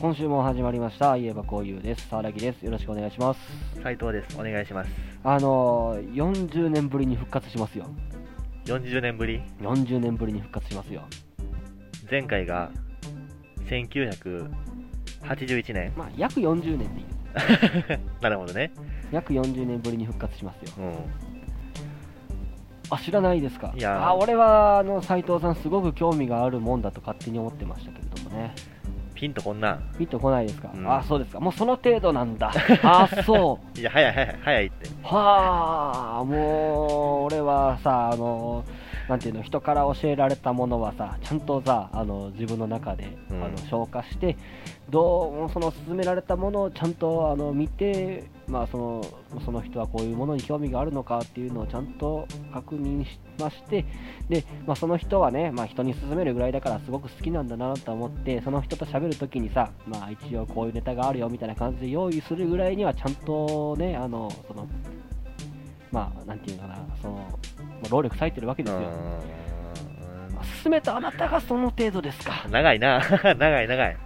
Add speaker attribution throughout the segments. Speaker 1: 今週も始まりました。言えばこういうです。沢木です。よろしくお願いします。
Speaker 2: 斉藤ですお願いします
Speaker 1: あのー、40年ぶりに復活しますよ。
Speaker 2: 40年ぶり
Speaker 1: 40年ぶりに復活しますよ。
Speaker 2: 前回が1981年
Speaker 1: まあ、約40年でいいよ。
Speaker 2: なるほどね
Speaker 1: 約40年ぶりに復活しますよ。
Speaker 2: うん
Speaker 1: あ、知らないですか。
Speaker 2: いやー
Speaker 1: あ、俺は、あの、斎藤さん、すごく興味があるもんだと勝手に思ってましたけれどもね。
Speaker 2: ピンとこんな
Speaker 1: ピッとこないですか。
Speaker 2: うん
Speaker 1: あ、そうですか。もうその程度なん だ。あ、そう。
Speaker 2: いや早い早い早いって
Speaker 1: はあもう俺はさあのなんていうの人から教えられたものはさちゃんとさあの自分の中で、
Speaker 2: うん
Speaker 1: あの消化してどうその勧められたものをちゃんとあの見て、まあ、そのその人はこういうものに興味があるのかっていうのをちゃんと確認しましてで、まあ、その人はね、まあ、人に勧めるぐらいだからすごく好きなんだなと思ってその人と喋るときにさ、まあ、一応こういうネタがあるよみたいな感じで用意するぐらいにはちゃんとねあのそのまあなんていうのかなその、まあ労力割いてるわけ
Speaker 2: う
Speaker 1: ですよ、
Speaker 2: ー
Speaker 1: まあ勧めたあなたがその程度ですか
Speaker 2: ん長いな 長い長い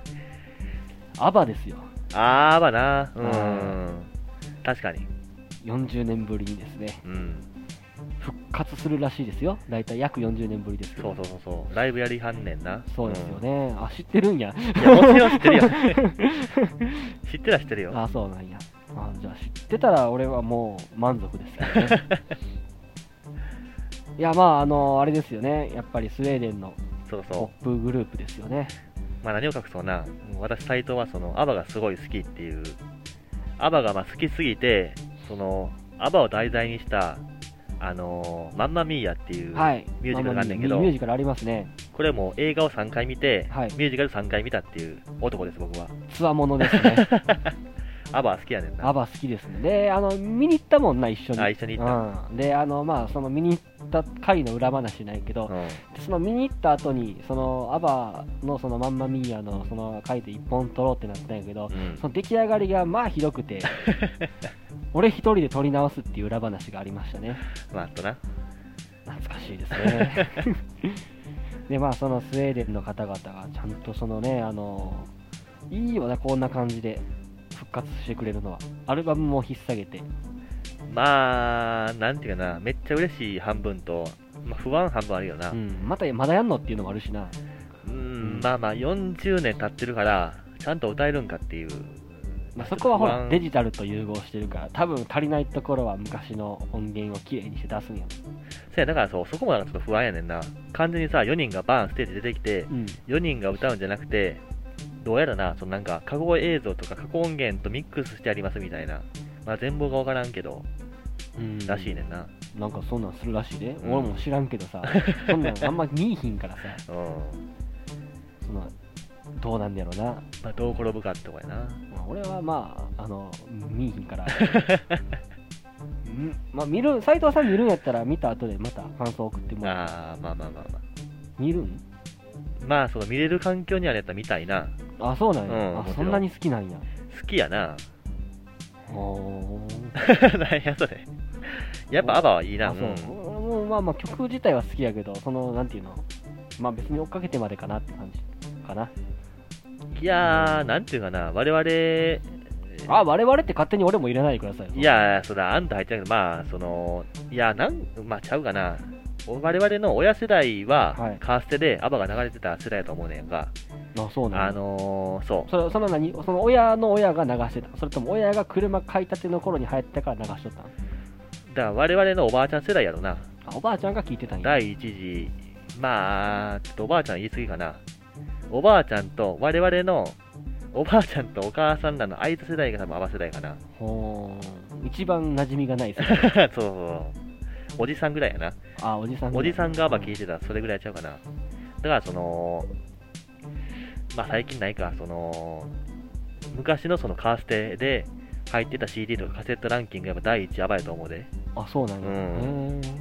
Speaker 1: アバですよ
Speaker 2: あーばなうん確かに
Speaker 1: 40年ぶりにですね
Speaker 2: うん
Speaker 1: 復活するらしいですよ大体約40年ぶりですけ
Speaker 2: そ
Speaker 1: ど
Speaker 2: うそうそうそうライブやりはんねんな
Speaker 1: そうですよ、ね、あ知ってるんや
Speaker 2: うんいやもちろん知って るよ知ってるは知ってるよ
Speaker 1: あそうなんやあじゃあ知ってたら俺はもう満足ですけど ねいやまああのあれですよねやっぱりスウェーデンの
Speaker 2: そう
Speaker 1: ポ
Speaker 2: そ
Speaker 1: ップグループですよね
Speaker 2: うまあ何を隠そうな私斉藤はそのアバがすごい好きっていうアバがまあ好きすぎてそのアバを題材にしたあのーマンマミーヤっていうミ
Speaker 1: はい
Speaker 2: ュージカルがあんねんけ
Speaker 1: まあ
Speaker 2: ど、
Speaker 1: ミュージカルありますね
Speaker 2: これも映画を3回見て、
Speaker 1: はい
Speaker 2: ミュージカル3回見たっていう男です僕は
Speaker 1: つわものです ね
Speaker 2: アバは好きやねんな
Speaker 1: アバ好きですねであの見に行ったもんな一緒に
Speaker 2: あ一緒に行
Speaker 1: った、うん、であのまあその見に行った回の裏話ないけど、
Speaker 2: うん
Speaker 1: でその見に行った後にそのアバのそのマンマミーアのその回で一本撮ろうってなったんやけど、
Speaker 2: うん
Speaker 1: その出来上がりがまあひどくて俺一人で撮り直すっていう裏話がありましたね
Speaker 2: まああとな
Speaker 1: 懐かしいですねでまあそのスウェーデンの方々がちゃんとそのねあのいいよなこんな感じで復活してくれるのはアルバムも引っ提げて
Speaker 2: まあなんていうかなめっちゃ嬉しい半分と、まあ、不安半分あるよな
Speaker 1: うん、またまだやんのっていうのもあるしな
Speaker 2: うんまあまあ40年経ってるからちゃんと歌えるんかっていう、
Speaker 1: まあ、そこはほ
Speaker 2: 不
Speaker 1: ら
Speaker 2: 安
Speaker 1: デジタルと融合してるから多分足りないところは昔の音源をきれいにして出すんや
Speaker 2: せやだからそうそこもなんかちょっと不安やねんな完全にさ4人がバーンステージ出てきて
Speaker 1: うん
Speaker 2: 4人が歌うんじゃなくてどうやらなそのなんか過去映像とか過去音源とミックスしてありますみたいなまあ全貌が分からんけど
Speaker 1: うん
Speaker 2: らしいねんな
Speaker 1: なんかそんなんするらしいで、
Speaker 2: ん
Speaker 1: 俺も知らんけどさそんなんあんま見いひんからさ
Speaker 2: うん、
Speaker 1: そのどうなんやろな、
Speaker 2: まあ、どう転ぶかってとこやな
Speaker 1: まあ、俺はまああの見いひん からうんまあ見る斎藤さん見るんやったら見た後でまた感想送ってもらう
Speaker 2: あーまあまあまあまあ
Speaker 1: 見るん
Speaker 2: まあその見れる環境にあるやったら見たいな
Speaker 1: あそうなんや、
Speaker 2: うんもち
Speaker 1: あ
Speaker 2: ろん
Speaker 1: そんなに好きなんや
Speaker 2: 好きやな
Speaker 1: おー
Speaker 2: 何やそれやっぱアバはいいな
Speaker 1: あそう、
Speaker 2: ん
Speaker 1: 俺もまあまあ曲自体は好きやけどそのなんていうのまあ別に追っかけてまでかなって感じかない
Speaker 2: やー、なんていうかな、我々、えー
Speaker 1: あ我々って勝手に俺も入れないでくださいよ
Speaker 2: いやー、そうだ、あんた入ってないけど、まあ、その、いやー、なん、まあ、ちゃうかな。お我々の親世代
Speaker 1: は、
Speaker 2: はいカーステでアバが流れてた世代やと思うねんが、
Speaker 1: あそうな
Speaker 2: あ
Speaker 1: の
Speaker 2: のー、そ
Speaker 1: それその何その親の親が流してたそれとも親が車買いたての頃に流行ったから流しとったん
Speaker 2: う、だから我々のおばあちゃん世代やろな、
Speaker 1: あおばあちゃんが聞いてたんや
Speaker 2: 第一次、まあ、ちょっとおばあちゃん言い過ぎかな。おばあちゃんと、我々の、おばあちゃんとお母さんらの相手世代が多分アバ世代かな。
Speaker 1: ほー一番馴染みがないです
Speaker 2: そうそうそう。おじさんぐらいやな。
Speaker 1: あおじさん
Speaker 2: おじさんがば聞い
Speaker 1: て
Speaker 2: てたらそれぐらいちゃうかな。だからその、まあ最近ないか、その、昔のそのカーステで入ってた CD とかカセットランキングがやっぱ第一やばいと思うで。
Speaker 1: あそうなんや、
Speaker 2: うん
Speaker 1: へー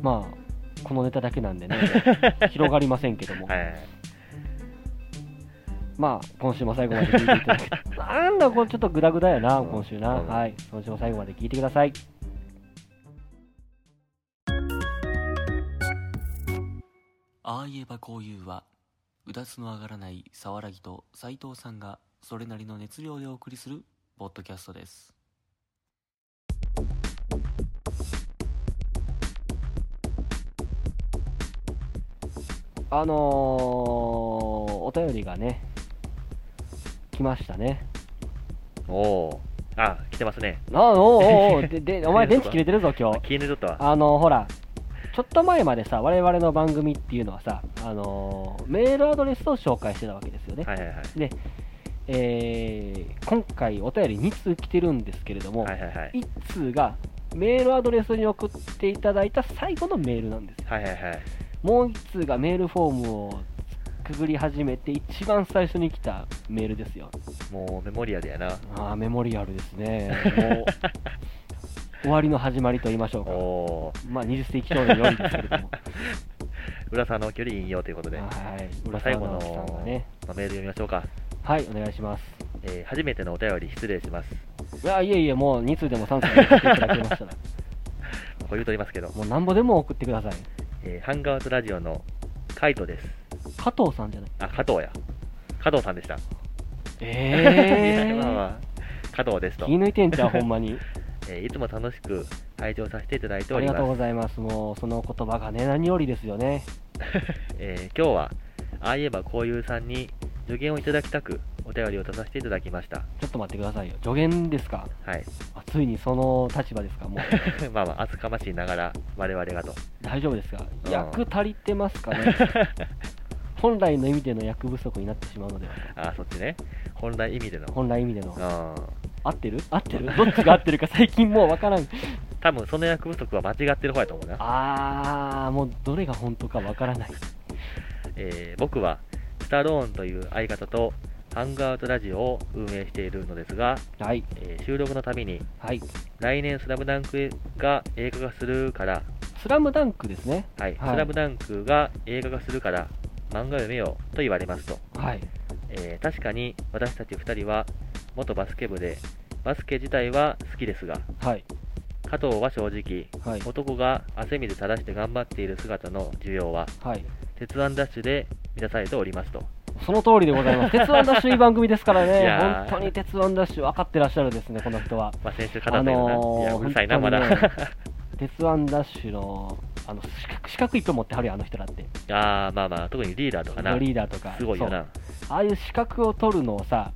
Speaker 1: まあこのネタだけなんで ね広がりませんけども、
Speaker 2: はい。
Speaker 1: まあ、今週も最後まで聞いていただけた なんだ、これちょっとグダグダやな、
Speaker 2: うん
Speaker 1: 今週な。
Speaker 2: うん
Speaker 1: はい。今週も最後まで聞いてください。
Speaker 3: ああ言えばこういうはうだつの上がらない沢良木と斉藤さんがそれなりの熱量でお送りするポッドキャストです
Speaker 1: あのー、お便りがね、来ましたね。
Speaker 2: おおあ来てますね
Speaker 1: あおうおうお うででお前電池切れてるぞ今日
Speaker 2: 気に入っとったわ
Speaker 1: あのほらちょっと前までさ我々の番組っていうのはさあのメールアドレスを紹介してたわけですよね、
Speaker 2: はいはいはい
Speaker 1: えー今回お便り2通来てるんですけれども、
Speaker 2: はいはいはい
Speaker 1: 1通がメールアドレスに送っていただいた最後のメールなんですよ
Speaker 2: はいはいはい
Speaker 1: もう1通がメールフォームをくぐり始めて一番最初に来たメールですよ
Speaker 2: もうメモリアルやな
Speaker 1: ああメモリアルですねもう終わりの始まりと言いましょうか
Speaker 2: おお
Speaker 1: まあ、20世紀少年よりですけれども、
Speaker 2: 浦沢直樹より引用ということで、
Speaker 1: はい、
Speaker 2: まあ
Speaker 1: 浦
Speaker 2: 最
Speaker 1: 沢
Speaker 2: 後の
Speaker 1: 直樹さんがね、
Speaker 2: まあメール読みましょうか、
Speaker 1: はい、お願いします。
Speaker 2: えー初めてのお便り失礼します
Speaker 1: いや、いえいえ、もう2通でも3通でも送っていただけ ましたら、
Speaker 2: こう言うとりますけど、
Speaker 1: もうなんぼでも送ってください。
Speaker 2: えーハンガーウトラジオのカイトです
Speaker 1: 加藤さんじゃない。
Speaker 2: あ加藤や加藤さんでした
Speaker 1: え
Speaker 2: まあ
Speaker 1: ー、
Speaker 2: まあ加藤ですと
Speaker 1: 気、抜いてんちゃう、ほん まに。
Speaker 2: えーいつも楽しく拝聴させていただいて
Speaker 1: あ
Speaker 2: お
Speaker 1: り
Speaker 2: り
Speaker 1: が
Speaker 2: ま
Speaker 1: と
Speaker 2: す
Speaker 1: うございます。もう、その言葉がね、何よりですよね。
Speaker 2: えー今日はああいえばこういうさんに助言をいただきたくお便りを出させていただきました
Speaker 1: ちょっと待ってくださいよ。助言ですか
Speaker 2: はい
Speaker 1: あついにその立場ですかもう。
Speaker 2: まあまあ厚かましいながら我々がと
Speaker 1: 大丈夫ですか
Speaker 2: うん
Speaker 1: 役足りてますか ね本来の意味での役不足になってしまうのではと
Speaker 2: ああそっちね本来意味での
Speaker 1: 本来意味での
Speaker 2: うん
Speaker 1: 合ってる合ってるどっちが合ってるか最近もう分からん。
Speaker 2: 多分その役不足は間違ってる方やと思うな、
Speaker 1: あー、もうどれが本当か分からない。
Speaker 2: えー僕はスタローンという相方とハンガーアウトラジオを運営しているのですが、
Speaker 1: はい、
Speaker 2: えー収録のたびに
Speaker 1: はい。
Speaker 2: 来年スラムダンクが映画化するから、
Speaker 1: スラムダンクですね。
Speaker 2: はい、
Speaker 1: はい
Speaker 2: スラムダンクが映画化するから漫画読めよと言われますと、
Speaker 1: はい。
Speaker 2: えー確かに私たち2人は元バスケ部でバスケ自体は好きですが
Speaker 1: はい。
Speaker 2: 加藤は正直
Speaker 1: はい。
Speaker 2: 男が汗水垂らして頑張っている姿の需要は
Speaker 1: はい。
Speaker 2: 鉄腕ダッシュで満たされておりますと
Speaker 1: その通りでござい ます。鉄腕ダッシュいい番組ですから
Speaker 2: い
Speaker 1: ね
Speaker 2: や。ー
Speaker 1: 本当に鉄腕ダッシュ分かってらっしゃるですね、この人は。
Speaker 2: まあ、先週語ったような、いや、うるさいな、ま
Speaker 1: 本当
Speaker 2: だ。
Speaker 1: にね 鉄腕ダッシュの、あの、四角、四角いっぱい持ってはるよ、あの人だって。
Speaker 2: ああ、まあまあ、特にリーダーとかな、
Speaker 1: リーダーとか。
Speaker 2: すごいよな。
Speaker 1: そうああいう四角を取るのをさ、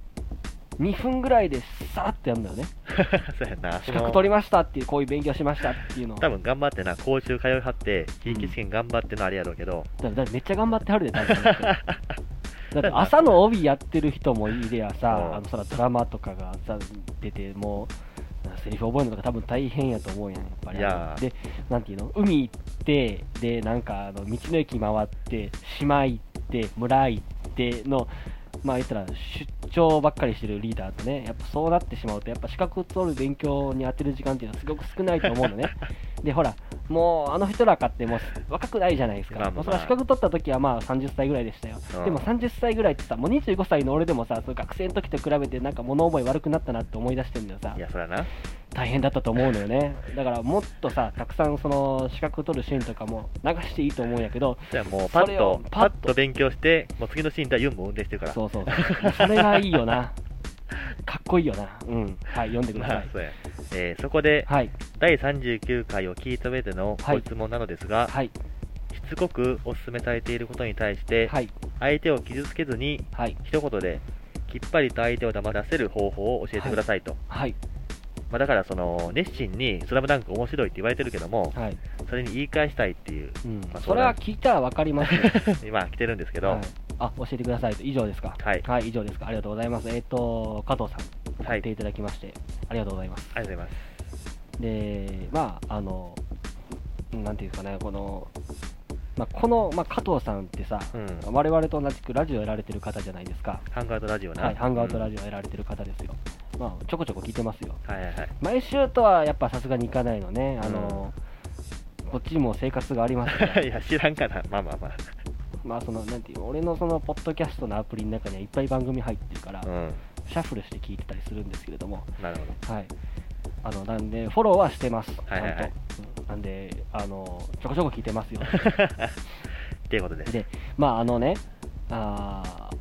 Speaker 1: 2分ぐらいでさらっとやるんだよね。
Speaker 2: そうやんな。
Speaker 1: 資格取りましたっていう、こういう勉強しましたっていうのを。
Speaker 2: 多分頑張ってな、講習通いはって、筆記試験頑張ってのあれやろうけど、
Speaker 1: だだってめっちゃ頑張ってはるで、 多分だって朝の帯やってる人もいりゃさ、
Speaker 2: うん
Speaker 1: あのそらドラマとかがさ出て、もう、セリフ覚えるのとか多分大変やと思うやん、やっぱり。
Speaker 2: いやー
Speaker 1: で、なんていうの、海行って、で、なんかあの道の駅回って、島行って、村行っての、まあ言ったら出張ばっかりしてるリーダーとね、やっぱそうなってしまうと、やっぱ資格取る勉強に当てる時間っていうのはすごく少ないと思うの ね。で、ほら、もうあの人らかってもう若くないじゃないですか。
Speaker 2: まあまあま
Speaker 1: も
Speaker 2: あ
Speaker 1: うそれは資格取った時はまあ30歳ぐらいでしたよ。
Speaker 2: うん
Speaker 1: でも30歳ぐらいってさ、もう25歳の俺でもさ、その学生の時と比べてなんか物覚え悪くなったなって思い出してるんだよさ
Speaker 2: い。や、そらな。
Speaker 1: 大変だったと思うのよね。だからもっとさ、たくさんその資格取るシーンとかも流していいと思うんやけど、
Speaker 2: じゃあもう、パ
Speaker 1: そ
Speaker 2: ッ
Speaker 1: れを
Speaker 2: と、
Speaker 1: パ
Speaker 2: パ
Speaker 1: ッ
Speaker 2: ッ
Speaker 1: と
Speaker 2: と勉強して、もう次のシーンではユンも運転してるから。
Speaker 1: そうそう。それがいいよな。かっこいいよな。うん。はい、読んでくださ
Speaker 2: まあ
Speaker 1: い、。
Speaker 2: そうや。えーそこで、
Speaker 1: はい、
Speaker 2: 第39回を聞いた上での
Speaker 1: はい
Speaker 2: ご質問なのですが、
Speaker 1: はい、
Speaker 2: しつこくお勧めされていることに対して、
Speaker 1: はい、
Speaker 2: 相手を傷つけずに、
Speaker 1: はい、
Speaker 2: 一言で、きっぱりと相手を黙らせる方法を教えてくださいと。
Speaker 1: はい、
Speaker 2: まあ、だからその熱心に「スラムダンク面白いって言われてるけども
Speaker 1: はい。
Speaker 2: それに言い返したいっていう
Speaker 1: うん
Speaker 2: まあ。
Speaker 1: それは聞いたらわかり ますよ。
Speaker 2: 今来てるんですけど、
Speaker 1: はい、あ、教えてくださいと。以上ですか。
Speaker 2: はい
Speaker 1: はい、以上ですか。ありがとうございます。えっ、と、加藤さん、送
Speaker 2: はい
Speaker 1: っていただきまして、ありがとうございます。
Speaker 2: ありがとうございます
Speaker 1: で、まあ、あの、なんていうんですかね、この、まあ、この、まあ、加藤さんってさ、
Speaker 2: うん
Speaker 1: 我々と同じくラジオやられてる方じゃないですか。
Speaker 2: ハンガードラジオな、
Speaker 1: はい、ハンガーアウトラ
Speaker 2: ジ
Speaker 1: ジオやられてる方ですよ。まあ、ちょこちょこ聞いてますよ。
Speaker 2: オ、はいはいはい
Speaker 1: 毎週とはやっぱさすがにいかないのね、あのこっちも生活がありますから、
Speaker 2: い や知らんかなまあまあまあ
Speaker 1: まあそのなんていう俺のそのポッドキャストのアプリの中にはいっぱい番組入ってるから、
Speaker 2: うん
Speaker 1: シャッフルして聞いてたりするんですけれども、
Speaker 2: なるほど
Speaker 1: はい、あのなんで、フォローはしてます、ちゃんと、
Speaker 2: はいはいはい
Speaker 1: うんなん であの、ちょこちょこ聞いてますよ、
Speaker 2: っていうことで
Speaker 1: でまああのね、あー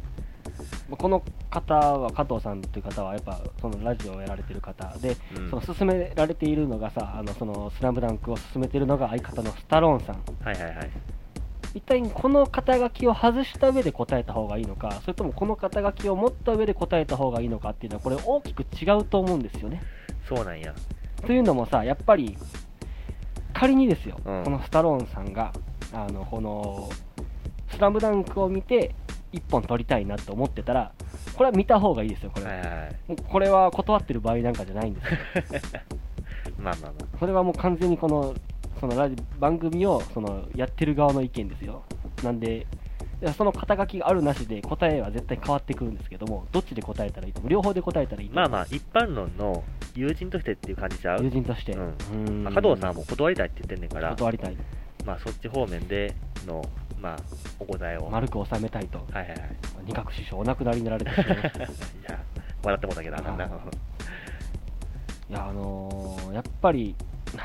Speaker 1: まあこの方は加藤さんという方はやっぱそのラジオをやられてる方で
Speaker 2: うん
Speaker 1: その
Speaker 2: はい
Speaker 1: 勧められているのがさ「あのそのスラムダンクを勧めているのが相方のスタローンさん
Speaker 2: はいはい
Speaker 1: 一体この肩書きを外した上で答えた方がいいのかそれともこの肩書きを持った上で答えた方がいいのかっていうのはこれ大きく違うと思うんですよね
Speaker 2: そうなんや
Speaker 1: というのもさやっぱり仮にですよ、
Speaker 2: うん
Speaker 1: このスタローンさんがあのこの「スラムダンクを見て一本撮りたいなと思ってたらこれは見た方がいいですよこれは、
Speaker 2: はいはいはい
Speaker 1: もうこれは断ってる場合なんかじゃないんですよ
Speaker 2: まあまあま
Speaker 1: それはもう完全にこのそのラジ番組をそのやってる側の意見ですよなんでいやその肩書きがあるなしで答えは絶対変わってくるんですけどもどっちで答えたらいいと思う両方で答えたらいいと
Speaker 2: あ
Speaker 1: 思
Speaker 2: まあ
Speaker 1: う
Speaker 2: まあ一般論の友人としてっていう感じちゃ
Speaker 1: 友
Speaker 2: う、
Speaker 1: 人として、
Speaker 2: うん
Speaker 1: ん
Speaker 2: まあ、加藤さんも断りたいって言ってんねんから
Speaker 1: 断りたい
Speaker 2: まあそっち方面でのまあお答えを、
Speaker 1: 丸く収めたいと
Speaker 2: はいはいはい
Speaker 1: 二角師匠お亡くなりになられたしね
Speaker 2: いや笑ってもうたけどあかんな
Speaker 1: あいやあのーやっぱり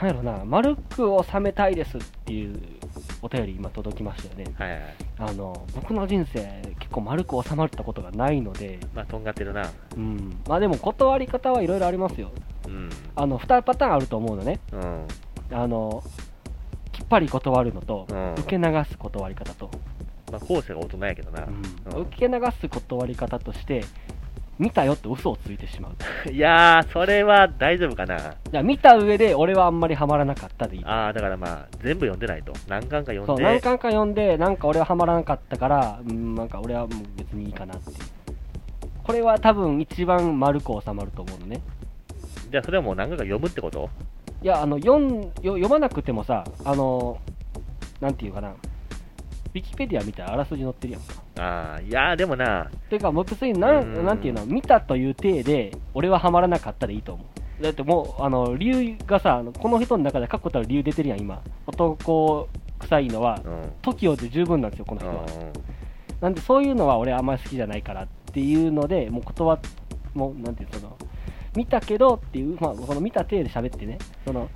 Speaker 1: なんやろな丸く収めたいですっていうお便り今届きましたよね
Speaker 2: はいはい。
Speaker 1: あの僕の人生結構丸く収まったことがないので
Speaker 2: まあ、とんがってるな。
Speaker 1: うん、まあでも断り方はいろいろありますよ
Speaker 2: うん。
Speaker 1: あの2パターンあると思うのね
Speaker 2: うん。
Speaker 1: あのきっぱり断るのと、
Speaker 2: うん
Speaker 1: 受け流す断り方と、
Speaker 2: まあ、後世が大人やけどな。うん
Speaker 1: 受け流す断り方として見たよって嘘をついてしまう
Speaker 2: いやー、それは大丈夫かな。
Speaker 1: いや見た上で俺はあんまりハマらなかったでいい
Speaker 2: あー、だからまあ、全部読んでないと。何巻か読
Speaker 1: そ
Speaker 2: ん
Speaker 1: う
Speaker 2: で。
Speaker 1: 何巻か読んでなんか俺はハマらなかったから、うん、なんか俺はもう別にいいかなっていうこれは多分一番丸く収まると思うのね
Speaker 2: じゃあ、それはもう何巻か読むってこと
Speaker 1: いやあの読んよ読まなくてもさあのなんていうかなウィキペディアみたいなあらすじ載ってるやんか
Speaker 2: あー、いやー、でもな、
Speaker 1: ていうかもう別にな
Speaker 2: うんん
Speaker 1: なんていうの見たという体で俺はハマらなかったでいいと思うだってもうあの理由がさあのこの人の中で確固たる理由出てるやん今男臭いのは
Speaker 2: うん。うん。
Speaker 1: TOKIO で十分なんですよこの人はなんでそういうのは俺あんまり好きじゃないからっていうのでもう断っもうなんていうのその見たけどっていう、まあ、その見た体で喋ってねその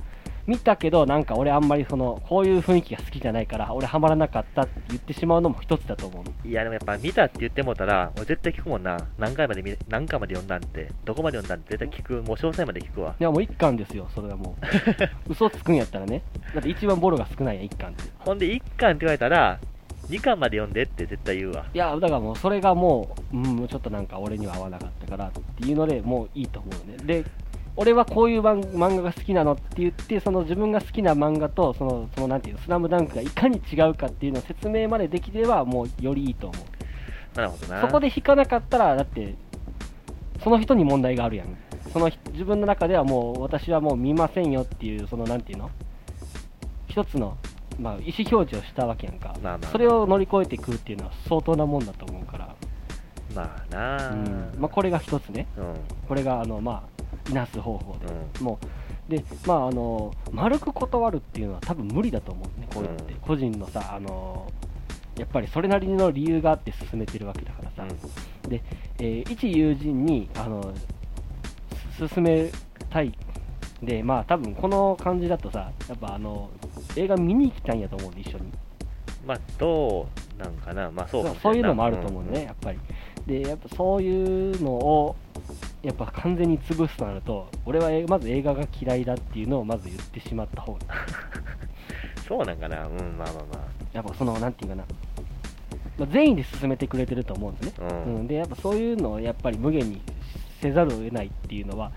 Speaker 1: 見たけどなんか俺あんまりそのこういう雰囲気が好きじゃないから俺ハマらなかったって言ってしまうのも一つだと思う
Speaker 2: いや、でもやっぱ見たって言ってもうたら、俺絶対聞くもんな。何回まで見、何巻まで読んだんって、どこまで読んだんって絶対聞く。もう詳細まで聞くわ。
Speaker 1: いやもう一巻ですよそれはもう嘘つくんやったらねだって一番ボロが少ないやん一巻って
Speaker 2: ほんで、1巻って言われたら、2巻まで読んでって絶対言うわ。
Speaker 1: いやだからもうそれがもう、うん、ちょっとなんか俺には合わなかったからっていうのでもういいと思うよねで俺はこういう漫漫画が好きなのって言ってその自分が好きな漫画とそのそのなんていうのスラムダンクがいかに違うかっていうのを説明までできればもうよりいいと思う
Speaker 2: なるほどな。
Speaker 1: そこで引かなかったらだってその人に問題があるやんその人自分の中ではもう私はもう見ませんよっていうそのなんていうの一つの、まあ、意思表示をしたわけやんか、
Speaker 2: まあまあ
Speaker 1: それを乗り越えてくるっていうのは相当なもんだと思うから
Speaker 2: まあなあ、
Speaker 1: うんまあ、これが一つね、
Speaker 2: うん、うん、
Speaker 1: これがあの、まあ、いなす方法で、もう、で、まあ、あの丸く断るっていうのは、多分無理だと思うね、こういうのって、
Speaker 2: うん
Speaker 1: 個人のさ、あのやっぱりそれなりの理由があって進めてるわけだからさ、えー一友人にあのす勧めたい。でまあ多分この感じだとさ、やっぱあの映画見に行きたいんやと思うんで、一緒に。
Speaker 2: まあどうなんかなまあそうか
Speaker 1: そう
Speaker 2: し
Speaker 1: そういうん
Speaker 2: れな
Speaker 1: のもあると思うね、やっぱり。で、やっぱそういうのを、やっぱ完全に潰すとなると、俺はえまず映画が嫌いだっていうのをまず言ってしまった方が、
Speaker 2: うんそうなんかなうんまあまあ
Speaker 1: やっぱその、なんていうかな、まあ、善意で進めてくれてると思うんですね。
Speaker 2: まあうん、
Speaker 1: うん、で、やっぱそういうのをやっぱり無限にせざるを得ないっていうのは、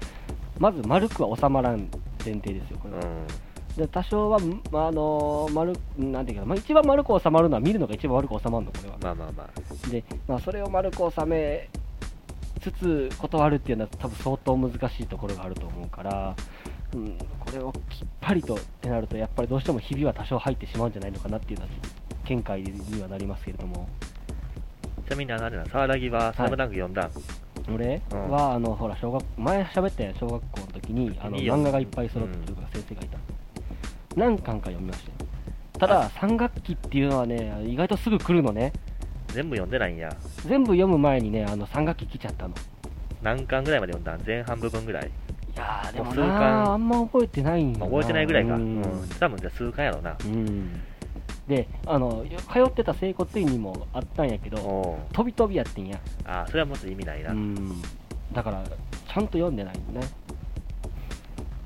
Speaker 1: まず丸くは収まらん前提ですよ、これ
Speaker 2: う
Speaker 1: は。
Speaker 2: ん
Speaker 1: で多少は、まああの丸なんていうかな、まあ、一番丸く収まるのは見るのが一番丸く収まるの、これは。
Speaker 2: まあまあまあ
Speaker 1: で、まあ、それを丸く収めつつ断るっていうのは多分相当難しいところがあると思うから、うん、これをきっぱりとってなるとやっぱりどうしてもひびは多少入ってしまうんじゃないのかなっていうのは見解にはなりますけれども
Speaker 2: ちなみにあのあれな沢良木は「サムダンク読んだん、
Speaker 1: 俺は、あのほら小学前喋ったやん小学校の時にあの
Speaker 2: いいよ
Speaker 1: 漫画がいっぱい揃ってるから先生がいた、何巻か読みましたよただ3学期っていうのはね意外とすぐ来るのね
Speaker 2: 全部読んでないんや
Speaker 1: 全部読む前にねあの3学期来ちゃったの
Speaker 2: 何巻ぐらいまで読んだん前半部分ぐらい、
Speaker 1: いやーでも
Speaker 2: 数巻
Speaker 1: なああんま覚えてないんだ
Speaker 2: まあ、覚えてないぐらいか、
Speaker 1: う
Speaker 2: うんん、多分じゃあ数巻やろうな
Speaker 1: うんであの通ってた整骨院にもあったんやけど
Speaker 2: おう
Speaker 1: 飛び飛びやってんや
Speaker 2: あーそれはもっと意味ないな、
Speaker 1: うんだからちゃんと読んでないんだね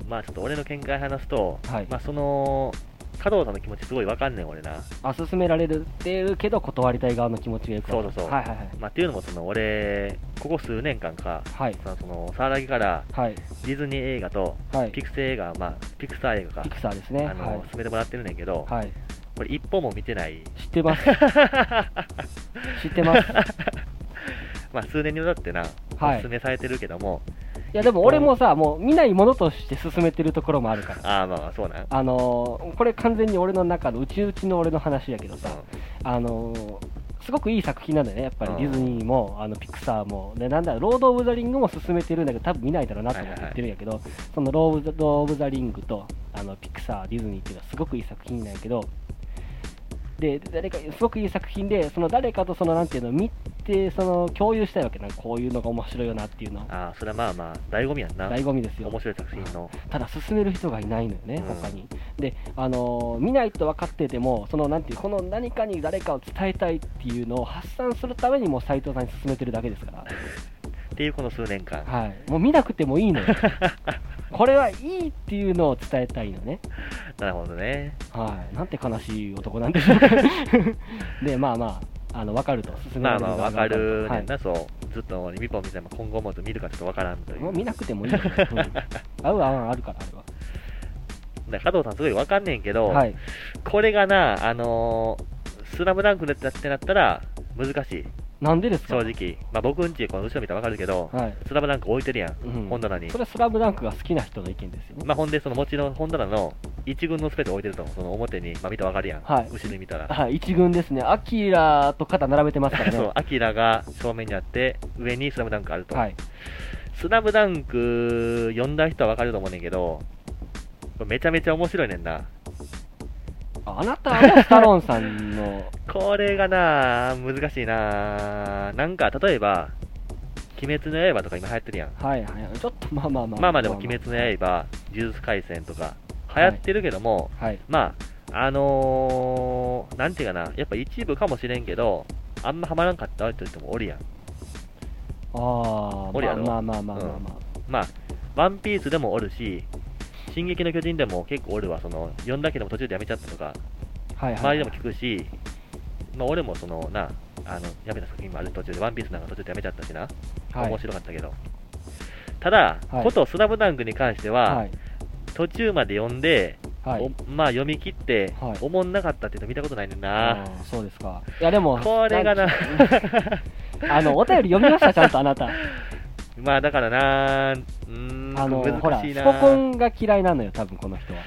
Speaker 2: まあちょっと俺の見解話すと、
Speaker 1: はい
Speaker 2: まあその加藤さんの気持ちすごいわかんねん俺な、
Speaker 1: あ勧められるっていうけど断りたい側の気持ちがよくわかる
Speaker 2: そうそうそう
Speaker 1: はいはいはい
Speaker 2: まあ、っていうのもその俺ここ数年間か
Speaker 1: はい
Speaker 2: そのその騒ぎから
Speaker 1: はい
Speaker 2: ディズニー映画と
Speaker 1: はい
Speaker 2: ピクセ映画、まあ、ピクサー映画か
Speaker 1: ピクサーですね
Speaker 2: あの、
Speaker 1: はい
Speaker 2: 進めてもらってるねんけど、
Speaker 1: はい
Speaker 2: これ一本も見てない、
Speaker 1: 知って ます知ってます
Speaker 2: まあ、数年にわたってな、
Speaker 1: はい
Speaker 2: お勧めされてるけども、
Speaker 1: いやでも俺もさもう見ないものとして進めてるところもあるから
Speaker 2: ああ、まあまあ、そうなん。
Speaker 1: あのーこれ完全に俺の中のうちうちの俺の話やけど
Speaker 2: う
Speaker 1: さ、
Speaker 2: ん
Speaker 1: あのーすごくいい作品なんだよね、やっぱり
Speaker 2: うん
Speaker 1: ディズニーも、あのピクサーも、でなんだろう、ロード・オブ・ザ・リングも進めてるんだけど、多分見ないだろうなと思って言ってるんやけど、そのロード・オブ・ザ・リングとあのピクサー、ディズニーっていうのはすごくいい作品なんやけど、で誰かすごくいい作品で、その誰かとそのなんていうの見て、その共有したいわけなんかこういうのが面白いよなっていうの、
Speaker 2: ああ、それはまあまあ、醍醐味やんな。
Speaker 1: 醍醐味ですよ。
Speaker 2: 面白い作品の。
Speaker 1: ただ進める人がいないのよね、
Speaker 2: うん
Speaker 1: 他に。で、あのー見ないと分かってても、そのなんていう、この何かに誰かを伝えたいっていうのを発散するためにもう斎藤さんに進めてるだけですから、
Speaker 2: っていうこの数年間。
Speaker 1: はい、もう見なくてもいいのよ。これはいいっていうのを伝えたいのね。
Speaker 2: なるほどね。
Speaker 1: はい、なんて悲しい男なんでしょうか。 で、まあまあ、あの分かると、進め
Speaker 2: ま
Speaker 1: ら
Speaker 2: あ
Speaker 1: れ
Speaker 2: ま
Speaker 1: 側
Speaker 2: あ、
Speaker 1: が
Speaker 2: わかる
Speaker 1: は
Speaker 2: ね
Speaker 1: い
Speaker 2: んな、そう。ずっと日本見ても今後も見るかちょっとわからんとい
Speaker 1: もう
Speaker 2: う。
Speaker 1: 見なくてもいいのよ、うん合う合わんあるから、あれは。
Speaker 2: だから加藤さんすごいわかんねんけど、
Speaker 1: はい、
Speaker 2: これがな、あのースラムダンクでやってなったら、難しい。
Speaker 1: なんでですか
Speaker 2: 正直。まあ僕んち、この後ろ見たらわかるけど、
Speaker 1: はい
Speaker 2: スラムダンク置いてるやん。
Speaker 1: うん
Speaker 2: 本棚に
Speaker 1: そ。れはスラムダンクが好きな人の意見ですよね。
Speaker 2: まあ、ほんで、そのもちろん本棚の一軍のスペース置いてると思う、その表に、まあ、見たらわかるやん、
Speaker 1: はい
Speaker 2: 後ろに見たら。
Speaker 1: はい、一軍ですね、アキラと肩並べてますから
Speaker 2: そう
Speaker 1: ね、、
Speaker 2: アキラが正面にあって、上にスラムダンクあると。
Speaker 1: はい、
Speaker 2: スラムダンク読んだ人はわかると思うねんけど、これめちゃめちゃ面白いねんな。
Speaker 1: ああなたはスタローンさん の、
Speaker 2: これがな、難しいな。なんか、例えば、鬼滅の刃とか今流行ってるやん。
Speaker 1: はいはい、ちょっとまあまあまあ、
Speaker 2: まあまあでも、鬼滅の刃、呪術廻戦とか、流行ってるけども、
Speaker 1: はい、
Speaker 2: まあ、あのー、なんていうかな、やっぱ一部かもしれんけど、あんまハマらんかったって人もおるやん。
Speaker 1: あ
Speaker 2: おるや
Speaker 1: あ、
Speaker 2: ろ
Speaker 1: まあまあまあまあまあ、ま
Speaker 2: まあ、ワンピースでもおるし、進撃の巨人でも結構おるわ、その、読んだけども途中でやめちゃったとか、
Speaker 1: あはいは
Speaker 2: 周
Speaker 1: い、
Speaker 2: りでも聞くし、まあ俺もその、な、あの、やめた作品もある途中で、ワンピースなんか途中でやめちゃったしな、
Speaker 1: はい
Speaker 2: 面白かったけど。ただ、
Speaker 1: はい
Speaker 2: ことスラムダンクに関しては、
Speaker 1: はい、
Speaker 2: 途中まで読んで、
Speaker 1: はい、
Speaker 2: おまあ読み切って、
Speaker 1: はい
Speaker 2: おもんなかったっていうの見たことないねん
Speaker 1: あ
Speaker 2: な。
Speaker 1: ーそうですか、いやでも、
Speaker 2: これがな、
Speaker 1: なん あのお便り読み ました、ちゃんとあなた、
Speaker 2: まあだからなー、うーん、
Speaker 1: あのほら、
Speaker 2: 難しい
Speaker 1: ス
Speaker 2: な
Speaker 1: ポコンが嫌いなのよ、多分この人は、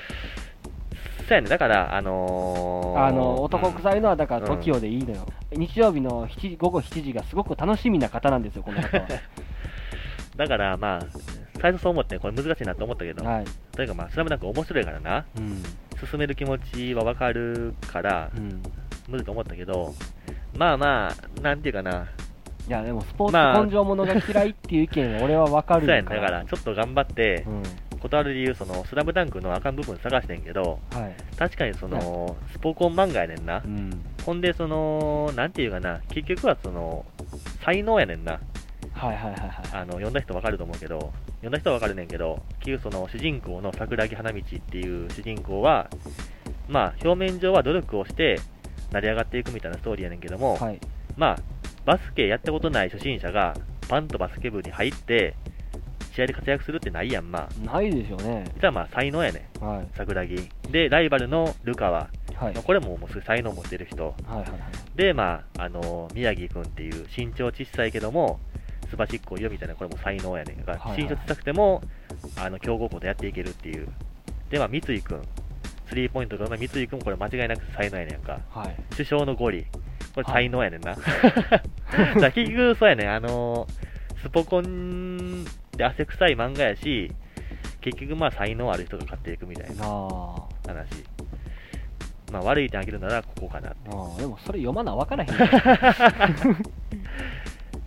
Speaker 2: そうやね、だから、あのー、
Speaker 1: あの男
Speaker 2: い、
Speaker 1: 臭いのは、だから
Speaker 2: うん
Speaker 1: TOKIO でいいのよ、日曜日の7時午後7時がすごく楽しみな方なんですよ、この方 は。
Speaker 2: だからまあ、最初そう思って、これ難しいなと思ったけど、
Speaker 1: はい、
Speaker 2: とにかくまあ、スラムダンク面白いからな、
Speaker 1: うん
Speaker 2: 進める気持ちはわかるから、
Speaker 1: うん
Speaker 2: 無理と思ったけど、まあまあ、なんていうかな、
Speaker 1: いやでもスポー
Speaker 2: まあ
Speaker 1: ツ根性ものが嫌いっていう意見は俺は分か
Speaker 2: そう
Speaker 1: る
Speaker 2: やね、だ
Speaker 1: か
Speaker 2: からら、ちょっと頑張って、断る理由、その、スラムダンクのあかん部分探してんけど、
Speaker 1: うんはい
Speaker 2: 確かにその、スポコン漫画やねんな
Speaker 1: う。ん
Speaker 2: ほんで、その、なんていうかな、結局はその、才能やねんな。
Speaker 1: はいはいはいは
Speaker 2: あの読んだ人わかると思うけど、読んだ人はわかるねんけど、結局その主人公の桜木花道っていう主人公は、まあ、表面上は努力をして成り上がっていくみたいなストーリーやねんけども、
Speaker 1: いはい
Speaker 2: まあ、バスケやったことない初心者が、パンとバスケ部に入って、試合で活躍するってないやん、まあ。
Speaker 1: ないでしょうね
Speaker 2: 実はまあ、才能やねん、
Speaker 1: は
Speaker 2: 桜木。で、ライバルのルカは、
Speaker 1: いはい
Speaker 2: まあこれももうすごい才能持ってる人。
Speaker 1: はいはいはい
Speaker 2: で、まあ、あの、宮城くんっていう身長小さいけども、すばしっこいよみたいな、これも才能やねんだから、
Speaker 1: はいはい
Speaker 2: 身長小さくても、あの、強豪校とやっていけるっていう。で、まあ、三井くん。スリーポイントがうまい三井くんもこれ間違いなく才能やねんか。
Speaker 1: はい
Speaker 2: 首相のゴリ。これ才能やねんな。 だから結局そうやねん、あの、スポコンで汗臭い漫画やし、結局まあ才能ある人が勝っていくみたいな
Speaker 1: なあ
Speaker 2: 話。まあ悪い点あげるならここかな。
Speaker 1: ああでもそれ読まな分からへん から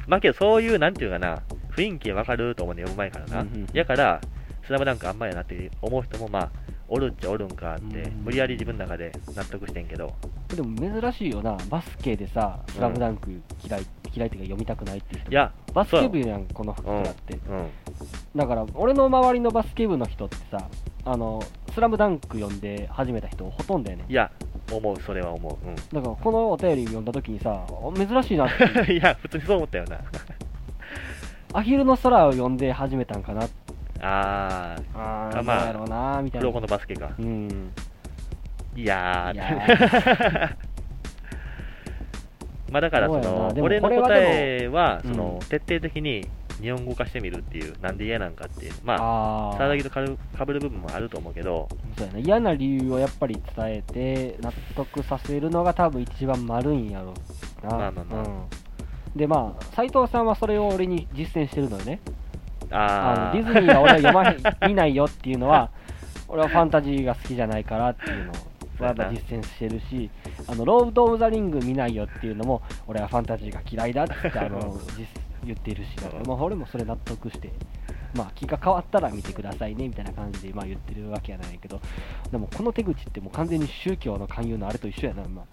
Speaker 2: まあけどそういう、なんていうかな、雰囲気わかると思うね、読む前から
Speaker 1: う
Speaker 2: なん
Speaker 1: うん。
Speaker 2: やから、スラムダンクあんまやなって思う人も、まあ、おるっちゃおるんかって
Speaker 1: う、ん
Speaker 2: 無理やり自分の中で納得してんけど、
Speaker 1: でも珍しいよな、バスケでさ、スラムダンク嫌い、嫌いっていうか読みたくないっていう人
Speaker 2: いや、
Speaker 1: バス
Speaker 2: そう
Speaker 1: ケ
Speaker 2: や
Speaker 1: 部やん、この人だって。
Speaker 2: うん。
Speaker 1: だから、俺の周りのバスケ部の人ってさ、あの、スラムダンク読んで始めた人ほとんどやねん
Speaker 2: い。や、思う、それは 思う。うん。
Speaker 1: だから、このお便り読んだ時にさ、お珍しいなって、
Speaker 2: いや、普通にそう思ったよな。
Speaker 1: アヒルの空を読んで始めたんかな、
Speaker 2: あー、
Speaker 1: あ
Speaker 2: あ
Speaker 1: ー、
Speaker 2: まあ
Speaker 1: どうやろうな、みたい
Speaker 2: 黒子
Speaker 1: な。
Speaker 2: のバスケか。
Speaker 1: うん。
Speaker 2: いやー、
Speaker 1: いや ー
Speaker 2: まあだからそ
Speaker 1: そうや
Speaker 2: の
Speaker 1: なでも
Speaker 2: 俺の
Speaker 1: これはでも
Speaker 2: 答えはその、
Speaker 1: うん
Speaker 2: 徹底的に日本語化してみるっていうなんで嫌なんかっていうま
Speaker 1: あ
Speaker 2: あ
Speaker 1: ー
Speaker 2: サラダギとかぶかぶる部分もあると思うけど
Speaker 1: そうやな嫌な理由をやっぱり伝えて納得させるのが多分一番丸いんやろうな、
Speaker 2: まあまあまあ
Speaker 1: うん、でまあ斎藤さんはそれを俺に実践してるのよねあ
Speaker 2: あ
Speaker 1: のデ
Speaker 2: ー
Speaker 1: ィズニーは俺は読まへん 見ないよっていうのは俺はファンタジーが好きじゃないからっていうのを
Speaker 2: そう
Speaker 1: や
Speaker 2: や
Speaker 1: っ
Speaker 2: な
Speaker 1: ぱ実践してるしあのロード・オブ・ザ・リング見ないよっていうのも俺はファンタジーが嫌いだってあ の実言ってるしだから、まあ、俺もそれ納得してまあ、気が変わったら見てくださいねみたいな感じで、まあ、言ってるわけやないけど、でもこの手口ってもう完全に宗教の勧誘のあれと一緒やな、 まあ、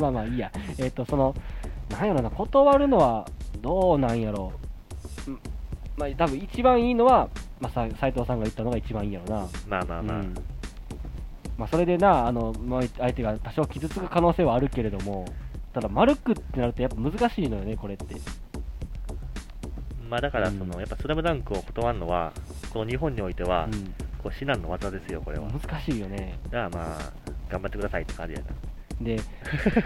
Speaker 1: まあまあいいや、えっとそのなんやろな、断るのはどうなんやろう、うんまあ、多分一番いいのは、まあ、さ斉藤さんが言ったのが一番いいんやろな。
Speaker 2: まあまあまあ、
Speaker 1: うんまあ、それでなあの、まあ、相手が多少傷つく可能性はあるけれども、ただ、丸くってなると、やっぱ難しいのよね、これって。
Speaker 2: まあだからその、
Speaker 1: うん
Speaker 2: やっぱスラムダンクを断るのはこの日本においては、
Speaker 1: うん
Speaker 2: こう至難の技ですよこれは、だか
Speaker 1: 難しいよね。
Speaker 2: らまあ頑張ってくださいって感じやな
Speaker 1: で、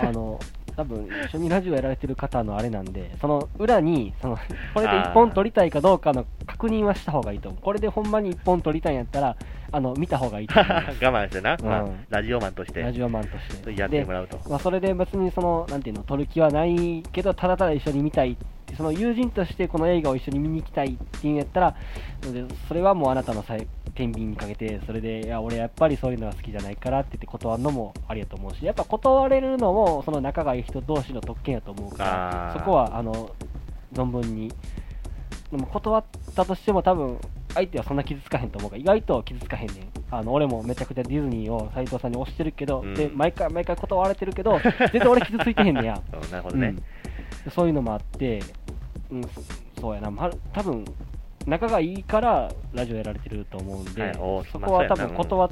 Speaker 1: あの、多分一緒にラジオやられてる方のあれなんで、その裏に、 そのこれで一本取りたいかどうかの確認はした方がいいと思う。これでほんまに一本取りたいんやったら、あの、見た方がいいと思
Speaker 2: 我慢してな、まあ
Speaker 1: うん
Speaker 2: ラジオマンとし
Speaker 1: う。ラ
Speaker 2: て
Speaker 1: ジオマンとして。
Speaker 2: やって
Speaker 1: で
Speaker 2: も、らうと
Speaker 1: まあ、それで別にその、なんていうの、取る気はないけど、ただただ一緒に見たい。その友人としてこの映画を一緒に見に行きたいっていうんやったら、でそれはもうあなたのさい天秤にかけて、それで、いや、俺やっぱりそういうのが好きじゃないからって言って断るのもありやと思うし、やっぱ断れるのも、その仲がいい人同士の特権やと思うから、
Speaker 2: あー
Speaker 1: そこは、あの、存分に。でも断ったとしても多分、相手はそんな傷つかへんと思うから、意外と傷つかへんねん。あの、俺もめちゃくちゃディズニーを斉藤さんに推してるけど、
Speaker 2: うん
Speaker 1: で、毎回毎回断られてるけど、全然俺傷ついてへんねん や。
Speaker 2: うんなるほどね、
Speaker 1: うん、そういうのもあって、うん、そそうやな、まあ、多分仲がいいからラジオやられてると思うんで、
Speaker 2: はいおー
Speaker 1: そ
Speaker 2: まあ
Speaker 1: こは多
Speaker 2: そうや
Speaker 1: 分
Speaker 2: な
Speaker 1: 断っ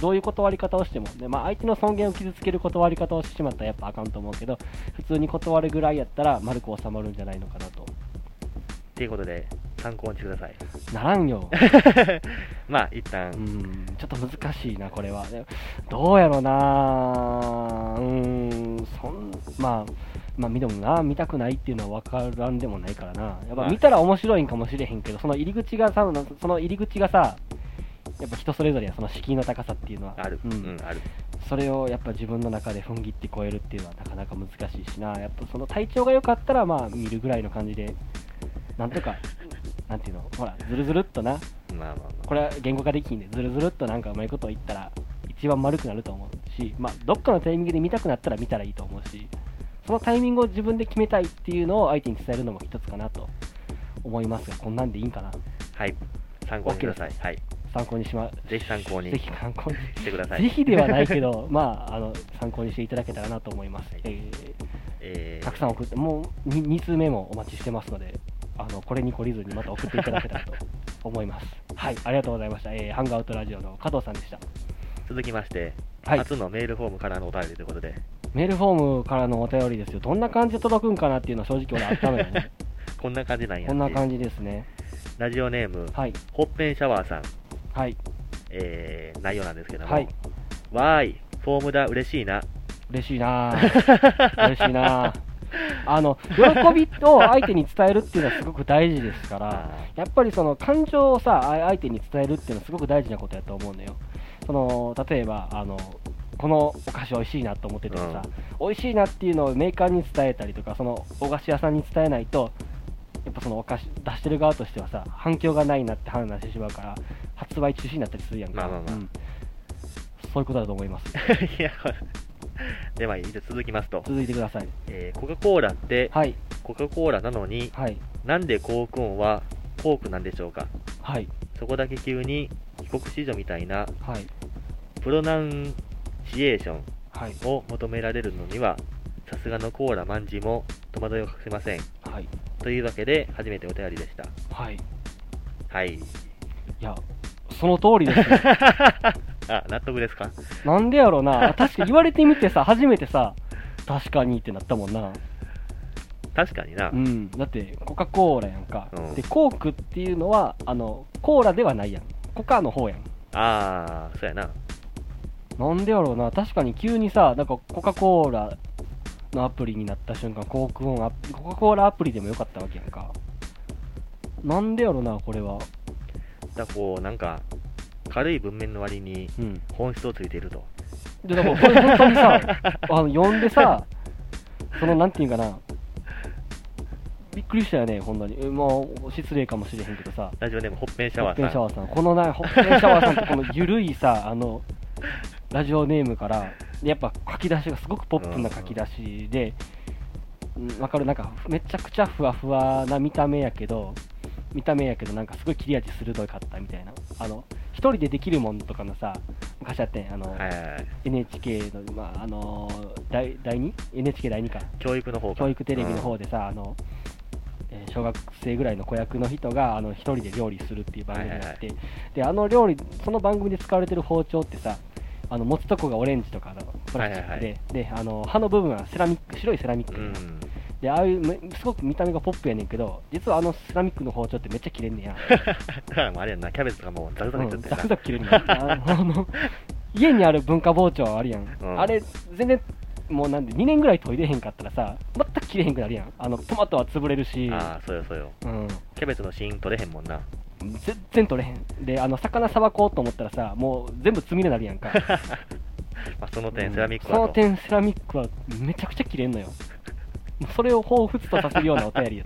Speaker 1: どういう断り方をしても、ねまあ、相手の尊厳を傷つける断り方をしてしまったらやっぱあかんと思うけど、普通に断るぐらいやったら、丸く収まるんじゃないのかなと。
Speaker 2: っていうことで参考にしてください
Speaker 1: ならん よ、
Speaker 2: まあ一旦、
Speaker 1: うん、ちょっと難しいな、これは。でどうやろうな、うん、そんまあ、まあ、見てもな、見たくないっていうのは分からんでもないからな、やっ
Speaker 2: ま
Speaker 1: ぱ
Speaker 2: あ
Speaker 1: 見たら面白いんかもしれへんけど、その入り口がさ、その入り口がさ、やっぱ人それぞれや、その敷居の高さっていうのは、
Speaker 2: ある、
Speaker 1: うん
Speaker 2: うん、ある
Speaker 1: それをやっぱ自分の中で踏ん切って超えるっていうのはなかなか難しいしな、やっぱその体調が良かったら、まあ、見るぐらいの感じで、なんとか、なんていうの、ほら、ずるずるっとな、
Speaker 2: まあまあまあ
Speaker 1: これは言語化できひんで、ずるずるっとなんかうまいこと言ったら、一番丸くなると思うし、まあ、どっかのタイミングで見たくなったら見たらいいと思うし、そのタイミングを自分で決めたいっていうのを相手に伝えるのも一つかなと思いますが、こんなんでいいんかな、
Speaker 2: はい。参考にしてください。はい。
Speaker 1: 参考にしま、
Speaker 2: ぜひ参考に
Speaker 1: ぜひ参考に、
Speaker 2: してください。
Speaker 1: ぜひではないけ ど、まあ、あの参考にしていただけたらなと思います。
Speaker 2: はい
Speaker 1: えー
Speaker 2: えー
Speaker 1: たくさん送って、もう 2, 通目もお待ちしてますので、あのこれに懲りずにまた送っていただけたらと思い ます。はい、ありがとうございました。えーハンガアウトラジオの加藤さんでした。
Speaker 2: 続きまして、
Speaker 1: はい
Speaker 2: 初のメールフォームからのお便りということで、
Speaker 1: メールフォームからのお便りですよ、どんな感じで届くんかなっていうのは正直俺、あったのよ ね、
Speaker 2: こんな感じなんや
Speaker 1: こんな
Speaker 2: じ。
Speaker 1: 感じですね、
Speaker 2: ラジオネーム、
Speaker 1: はい、
Speaker 2: ほっぺんシャワーさん、
Speaker 1: はい、
Speaker 2: えー、内容なんですけども、
Speaker 1: はい、
Speaker 2: わーい、フォームだ、嬉しいな。
Speaker 1: 嬉しいな ぁ、嬉しいなぁ、あの喜びを相手に伝えるっていうのはすごく大事ですから、
Speaker 2: あ
Speaker 1: やっぱりその感情をさ、あ相手に伝えるっていうのはすごく大事なことやと思うのよ、その例えばあの、このお菓子美味しいなと思っててもさ、美味しいなっていうのをメーカーに伝えたりとか、そのお菓子屋さんに伝えないと、やっぱそのお菓子出してる側としてはさ、反響がないなって判断してしまうから、発売中止になったりするやんか、
Speaker 2: まあまあまあ
Speaker 1: うんそういうことだと思い ます。
Speaker 2: ーいや、これでは、以上続きますと、
Speaker 1: 続いてください。
Speaker 2: えー、コカ・コーラって、
Speaker 1: はい、
Speaker 2: コカ・コーラなのに、
Speaker 1: はい、
Speaker 2: なんでコーク音はコークなんでしょうか。
Speaker 1: はい、
Speaker 2: そこだけ急に、帰国子女みたいな、
Speaker 1: はい、
Speaker 2: プロナンシエーション、
Speaker 1: はい
Speaker 2: を求められるのには、さすがのコーラ万事も戸惑いを隠せません。
Speaker 1: はい
Speaker 2: というわけで、初めてお便りでした。
Speaker 1: はいい
Speaker 2: はい。
Speaker 1: やその通りですよ
Speaker 2: あ、納得ですか
Speaker 1: なんでやろうな確か言われてみてさ初めてさ確かにってなったもんな
Speaker 2: 確かにな。
Speaker 1: うんだってコカ・コーラやんか、
Speaker 2: うん
Speaker 1: でコークっていうのはあのコーラではないやんコカの方やん
Speaker 2: ああ、そうやな。
Speaker 1: なんでやろうな確かに急にさなんかコカ・コーラのアプリになった瞬間コークオンアプリコカ・コーラアプリでもよかったわけやんかなんでやろうなこれは
Speaker 2: だからこう、なんか、軽い文面の割に
Speaker 1: うん
Speaker 2: 本質をついていると。
Speaker 1: でだからこれ 本当に さあの呼んでさそのなんていうんかなびっくりしたよねほんまにえまあ失礼かもしれへんけどさ
Speaker 2: ラジオネーム、ほっぺんシャ
Speaker 1: ホッ
Speaker 2: ワー
Speaker 1: ペンシ
Speaker 2: さ
Speaker 1: ャ
Speaker 2: ん。
Speaker 1: ワーさん、このな、ホッペンシャワーさんってこのゆるいさ、あの、ラジオネームから、やっぱ書き出しがすごくポップな書き出しで、うんわかる、なんかめちゃくちゃふわふわな見た目やけど、見た目やけど、なんかすごい切れ味鋭かったみたいな、あの、一人でできるもんとかのさ、昔やってん、あの、
Speaker 2: はいはいはい。
Speaker 1: NHK の、まあ、あの第、第 2?NHK 第2か。
Speaker 2: 教育の方か
Speaker 1: 教育テレビの方でさ、あのえー小学生ぐらいの子役の人があの一人で料理するっていう番組があって、
Speaker 2: はいは
Speaker 1: であの料理その番組で使われてる包丁ってさあの持つとこがオレンジとかのプラスチックで,、
Speaker 2: はいはいは
Speaker 1: であの刃の部分はセラミック白いセラミック
Speaker 2: う
Speaker 1: で,、
Speaker 2: ん。
Speaker 1: でああいうめすごく見た目がポップやねんけど実はあのセラミックの包丁ってめっちゃ切れんねや、
Speaker 2: だからもうあれやんな、キャベツとかもうザクザク
Speaker 1: う
Speaker 2: になっ
Speaker 1: ん、
Speaker 2: て
Speaker 1: ザ
Speaker 2: た
Speaker 1: クザク切れんねんあのあの家にある文化包丁あるやん、
Speaker 2: うん
Speaker 1: あれ全然もうなんで2年ぐらい研いでへんかったらさ全く切れへんくなるやんあのトマトは潰れるし
Speaker 2: ああー、そうよそうよ。
Speaker 1: うん、
Speaker 2: キャベツの芯取れへんもんな。
Speaker 1: 全然取れへんであの魚さばこうと思ったらさもう全部積みになるやん か
Speaker 2: まあ、その点、セラミック
Speaker 1: そ
Speaker 2: は
Speaker 1: の
Speaker 2: と。
Speaker 1: 点セラミックはめちゃくちゃ切れんのよそれを彷彿とさせるようなお便りや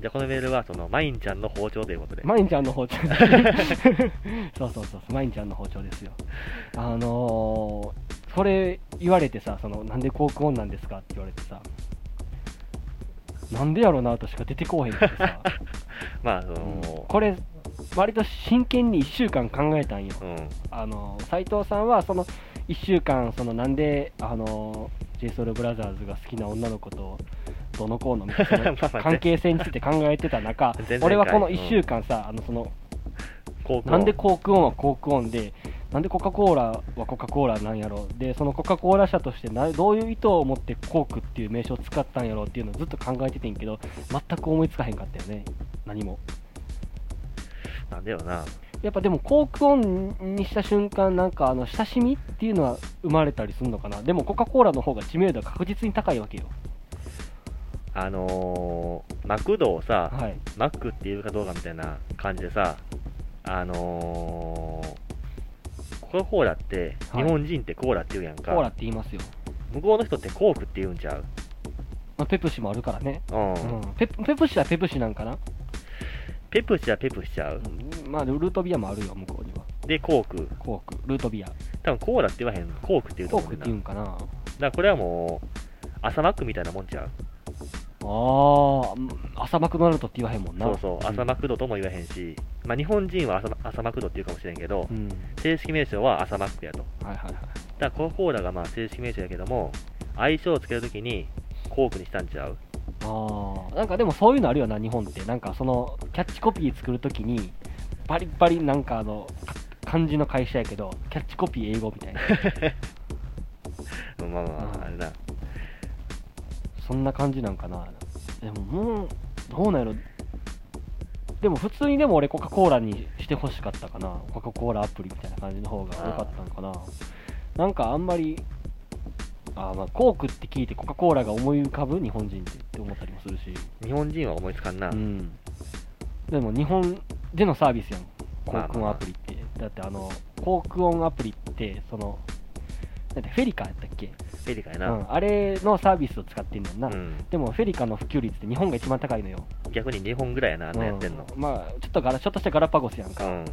Speaker 2: じゃあ、このメールは、その、マインちゃんの包丁ということで。
Speaker 1: マインちゃんの包丁 そうそうそうそうマインちゃんの包丁ですよあのー、それ言われてさそのなんでコークオンなんですかって言われてさなんでやろうなとしか出てこうへんけど さ、
Speaker 2: まあ、そ
Speaker 1: うん
Speaker 2: の、
Speaker 1: これ割と真剣に1週間考えたんよ
Speaker 2: うん。
Speaker 1: あの斉藤さんはその1週間そのなんであの JSOULBROTHERS が好きな女の子とどのこうのみたい
Speaker 2: まあ
Speaker 1: な
Speaker 2: まあ
Speaker 1: 関係性について考えてた 中
Speaker 2: 前々回
Speaker 1: 俺はこの1週間さ、あのその
Speaker 2: 高校
Speaker 1: なんでコークオンはコークオンでなんでコカ・コーラはコカ・コーラなんやろでそのコカ・コーラ社としてなどういう意図を持ってコークっていう名称を使ったんやろっていうのをずっと考えててんけど全く思いつかへんかったよね何も
Speaker 2: なんだよな。
Speaker 1: やっぱでもコークオンにした瞬間なんかあの親しみっていうのは生まれたりするのかなでもコカ・コーラの方が知名度は確実に高いわけよ
Speaker 2: あのー、マクドをさ、
Speaker 1: はい
Speaker 2: マックっていうかどうかみたいな感じでさ、あのー、コカ・コーラって、
Speaker 1: はい
Speaker 2: 日本人ってコーラって言うやんか、
Speaker 1: コーラって言いますよ、
Speaker 2: 向こうの人ってコークって言うんちゃう
Speaker 1: まあ、ペプシもあるからね、
Speaker 2: う
Speaker 1: う
Speaker 2: ん。
Speaker 1: ん、ペペプシはペプシなんかな、
Speaker 2: ペプシはペプシちゃう。
Speaker 1: まあルートビアもあるよ向こうには
Speaker 2: で、コーク。
Speaker 1: コークルートビア
Speaker 2: 多分コーラって言わへん。コークって言うと
Speaker 1: コ
Speaker 2: 思
Speaker 1: ー
Speaker 2: う
Speaker 1: ク
Speaker 2: ね
Speaker 1: っ
Speaker 2: ん
Speaker 1: て
Speaker 2: な。
Speaker 1: 言うんかな
Speaker 2: だからこれはもう、朝マックみたいなもんちゃう。
Speaker 1: あー朝マクドナルドって言わへんもんな
Speaker 2: そうそう、朝マ
Speaker 1: ク
Speaker 2: クドとも言わへんし、まあ、日本人は朝朝マクドって言うかもしれんけど、
Speaker 1: うん、
Speaker 2: 正式名称は朝マックやと。だか
Speaker 1: はいはいはい
Speaker 2: らコカ・コーラがまあ正式名称やけども、相性をつけるときにコークにしたんちゃう。
Speaker 1: ああなんかでもそういうのあるよな日本ってなんかそのキャッチコピー作るときにバリバリなんかあのか漢字の会社やけどキャッチコピー英語みたいな
Speaker 2: まあまあまあ、あれな。
Speaker 1: そんな感じなんかなでももうどうなんやろでも普通にでも俺コカ・コーラにしてほしかったかなコカ・コーラアプリみたいな感じの方が良かったのかななんかあんまりあーまあコークって聞いてコカ・コーラが思い浮かぶ日本人ってって思ったりもするし
Speaker 2: 日本人は思いつかんな。
Speaker 1: うん、でも日本でのサービスやん、コークオン
Speaker 2: まあまあ
Speaker 1: アプリって。だってあの、コークオンアプリって、その、だってフェリカやったっけ、
Speaker 2: フェリカや
Speaker 1: う
Speaker 2: な。
Speaker 1: ん、あれのサービスを使ってんねんな、
Speaker 2: うん。
Speaker 1: でもフェリカの普及率って日本が一番高いのよ。
Speaker 2: 逆に日本ぐらいやな、あんなやってんの。
Speaker 1: うんまあ、ちょっとガラちょっとしたガラパゴスやん
Speaker 2: う
Speaker 1: か、
Speaker 2: ん。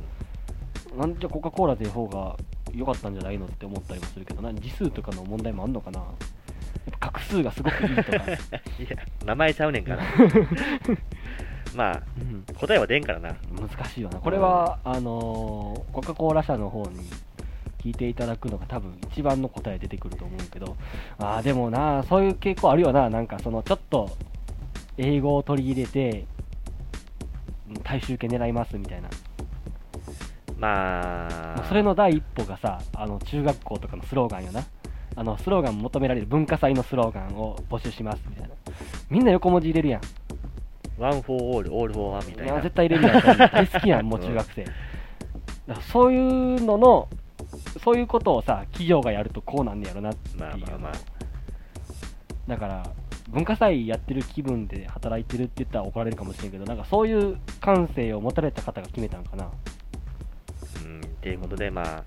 Speaker 1: なんじゃコカ・コーラで方が良かったんじゃないのって思ったりもするけどな、時数とかの問題もあんのかな。やっぱ画数がすごくいい とか、
Speaker 2: いや、名前ちゃうねんから。 まあ、
Speaker 1: うん、
Speaker 2: 答えは出んからな。
Speaker 1: 難しいよなこれは、あのーコカ・コーラ社の方に聞いていただくのが多分一番の答え出てくると思うけど、ああ、でもな、そういう傾向あるよな、なんかそのちょっと英語を取り入れて、うん大衆受け狙いますみたいな、
Speaker 2: まあ、
Speaker 1: それの第一歩がさ、あの中学校とかのスローガンよな。あのスローガン求められる文化祭のスローガンを募集しますみたいな。みんな横文字入れるやん。
Speaker 2: ワン・フォー・オール、オール・フォー・ワンみたい
Speaker 1: いや
Speaker 2: な。
Speaker 1: 絶対入れるやん大好きやんもう中学生、だからそういうののそういうことをさ企業がやるとこうなんねやろなっていうの
Speaker 2: まあまあまあ
Speaker 1: だから文化祭やってる気分で働いてるって言ったら怒られるかもしれんけどなんかそういう感性を持たれた方が決めたんかな
Speaker 2: うん、っていうことで、まあ、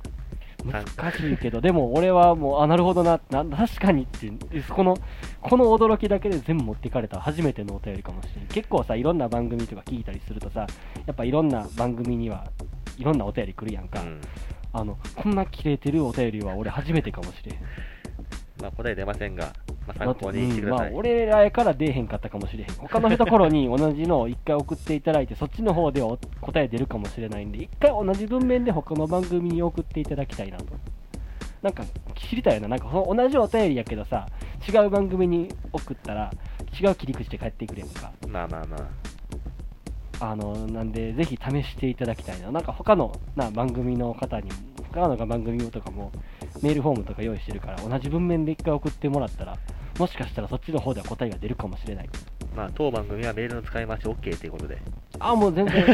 Speaker 1: 難しいけどでも俺はもうあなるほどなな確かにっていうこのこの驚きだけで全部持ってかれた初めてのお便りかもしれない結構さいろんな番組とか聞いたりするとさやっぱいろんな番組にはいろんなお便り来るやんか、
Speaker 2: うん
Speaker 1: あのこんな切れてるお便りは俺初めてかもしれん
Speaker 2: まあ、答え出ませんが、まあ、
Speaker 1: だ
Speaker 2: 参
Speaker 1: って
Speaker 2: 考にして
Speaker 1: う
Speaker 2: く
Speaker 1: ん
Speaker 2: だ
Speaker 1: ま
Speaker 2: さ
Speaker 1: あ
Speaker 2: い。、
Speaker 1: 俺らやから出えへんかったかもしれへん他の人ところに同じのを一回送っていただいてそっちの方では答え出るかもしれないんで一回同じ文面で他の番組に送っていただきたいなとなんか知りたいよななんかその同じお便りやけどさ違う番組に送ったら違う切り口で帰ってくれんか
Speaker 2: まあまあまあ、
Speaker 1: あのなんでぜひ試していただきたいななんか他のな番組の方に他の番組とかもメールフォームとか用意してるから同じ文面で一回送ってもらったらもしかしたらそっちの方では答えが出るかもしれない
Speaker 2: まあ、当番組はメールの使い回し OK ということで、
Speaker 1: あもう全然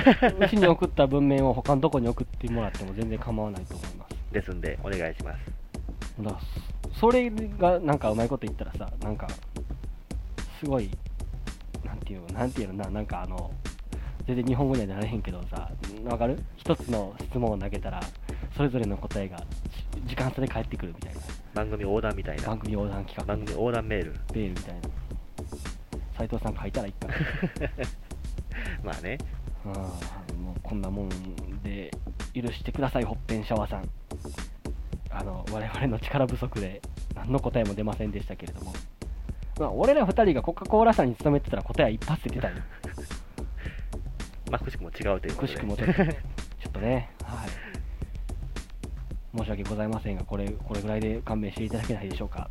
Speaker 1: うちに送った文面を他のとこに送ってもらっても全然構わないと思います
Speaker 2: ですんで、お願いします。
Speaker 1: だからそそれがなんかうまいこと言ったらさなんかすごいなんていうのなんていうのななんかあの全然日本語にはなれへんけどさわかる一つの質問を投げたらそれぞれの答えがじ時間差で返ってくるみたいな
Speaker 2: 番組横断みたいな
Speaker 1: 番。組横断企画
Speaker 2: 番組横断メール。
Speaker 1: ベールみたいな斉藤さん書いたらいいか
Speaker 2: まあね、
Speaker 1: うんもうこんなもんで許してくださいほっぺんシャワーさんあの我々の力不足で何の答えも出ませんでしたけれども、まあ、俺ら2人がコカ・コーラ社に勤めてたら答えは一発で出たよ
Speaker 2: まあ、くしくも違うというこ
Speaker 1: く
Speaker 2: と
Speaker 1: し
Speaker 2: で。
Speaker 1: くもちょっとちょっとね、はい、申し訳ございませんがこれこれぐらいで勘弁していただけないでしょうか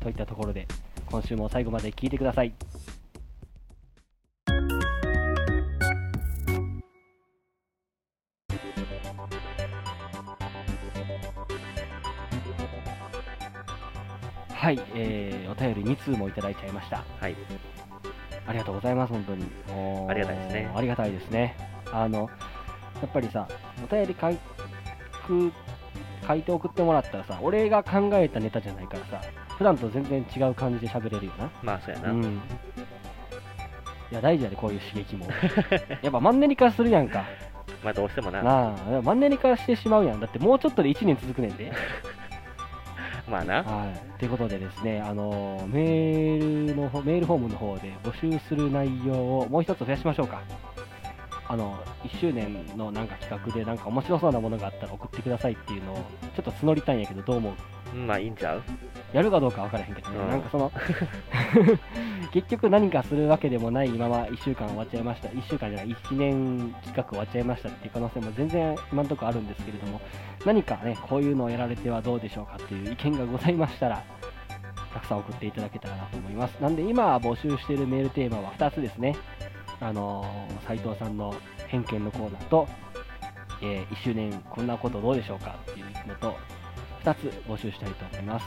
Speaker 1: といったところで今週も最後まで聞いてくださいはい、えー、お便り2通もいただいちゃいました
Speaker 2: はい。
Speaker 1: ありがとうございます、本当に。もう
Speaker 2: ありがたいですね
Speaker 1: ありがたいですね。あの、やっぱりさ、お便り書いく書いて送ってもらったらさ、俺が考えたネタじゃないからさ、普段と全然違う感じで喋れるよな。
Speaker 2: まあ、そうやな。
Speaker 1: うん。いや、大事やで、こういう刺 激も。やっぱマンネリ化するやんか。
Speaker 2: まあ、どうしてもな。
Speaker 1: なあ、マンネリ化してしまうやん。だってもうちょっとで1年続くねんで。
Speaker 2: まあな。
Speaker 1: はい、ということでですね、あのメールの方メールフォームの方で募集する内容をもう一つ増やしましょうか。あの1周年のなんか企画でなんか面白そうなものがあったら送ってくださいっていうのをちょっと募りたいんやけどどう思う
Speaker 2: うんまあ、いいんちゃう
Speaker 1: やるかどうか分からへんけどね、
Speaker 2: うん
Speaker 1: なんかその 結局何かするわけでもないまま1週間終わっちゃいました1週間じゃない1年企画終わっちゃいましたっていう可能性も全然今のところあるんですけれども何かねこういうのをやられてはどうでしょうかっていう意見がございましたらたくさん送っていただけたらなと思いますなんで今募集しているメールテーマは2つですねあのー斉藤さんの偏見のコーナーと、え1周年こんなことどうでしょうかっていうのと2つ募集したいと思います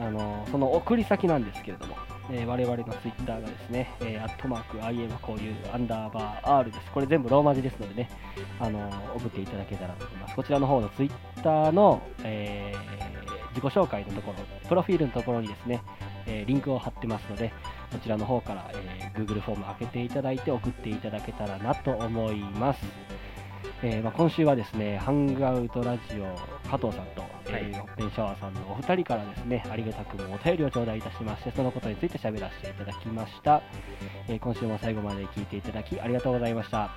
Speaker 1: あのその送り先なんですけれども、えー我々のツイッターがですね、えーアットマーク、IM こういうアンダーバー R です。これ全部ローマ字ですのでね、あの送っていただけたらと思います。こちらの方のツイッターの、えー自己紹介のところ、プロフィールのところにですね、えーリンクを貼ってますので、こちらの方から、えー Google フォーム開けていただいて送っていただけたらなと思います。えーまあ、今週はですね、ハンガウトラジオ加藤さんと、えー
Speaker 2: は
Speaker 1: ホッペンシャワーさんのお二人からですね、ありがたくもお便りを頂戴いたしまして、そのことについて喋らせていただきました。えー今週も最後まで聞いていただきありがとうございました。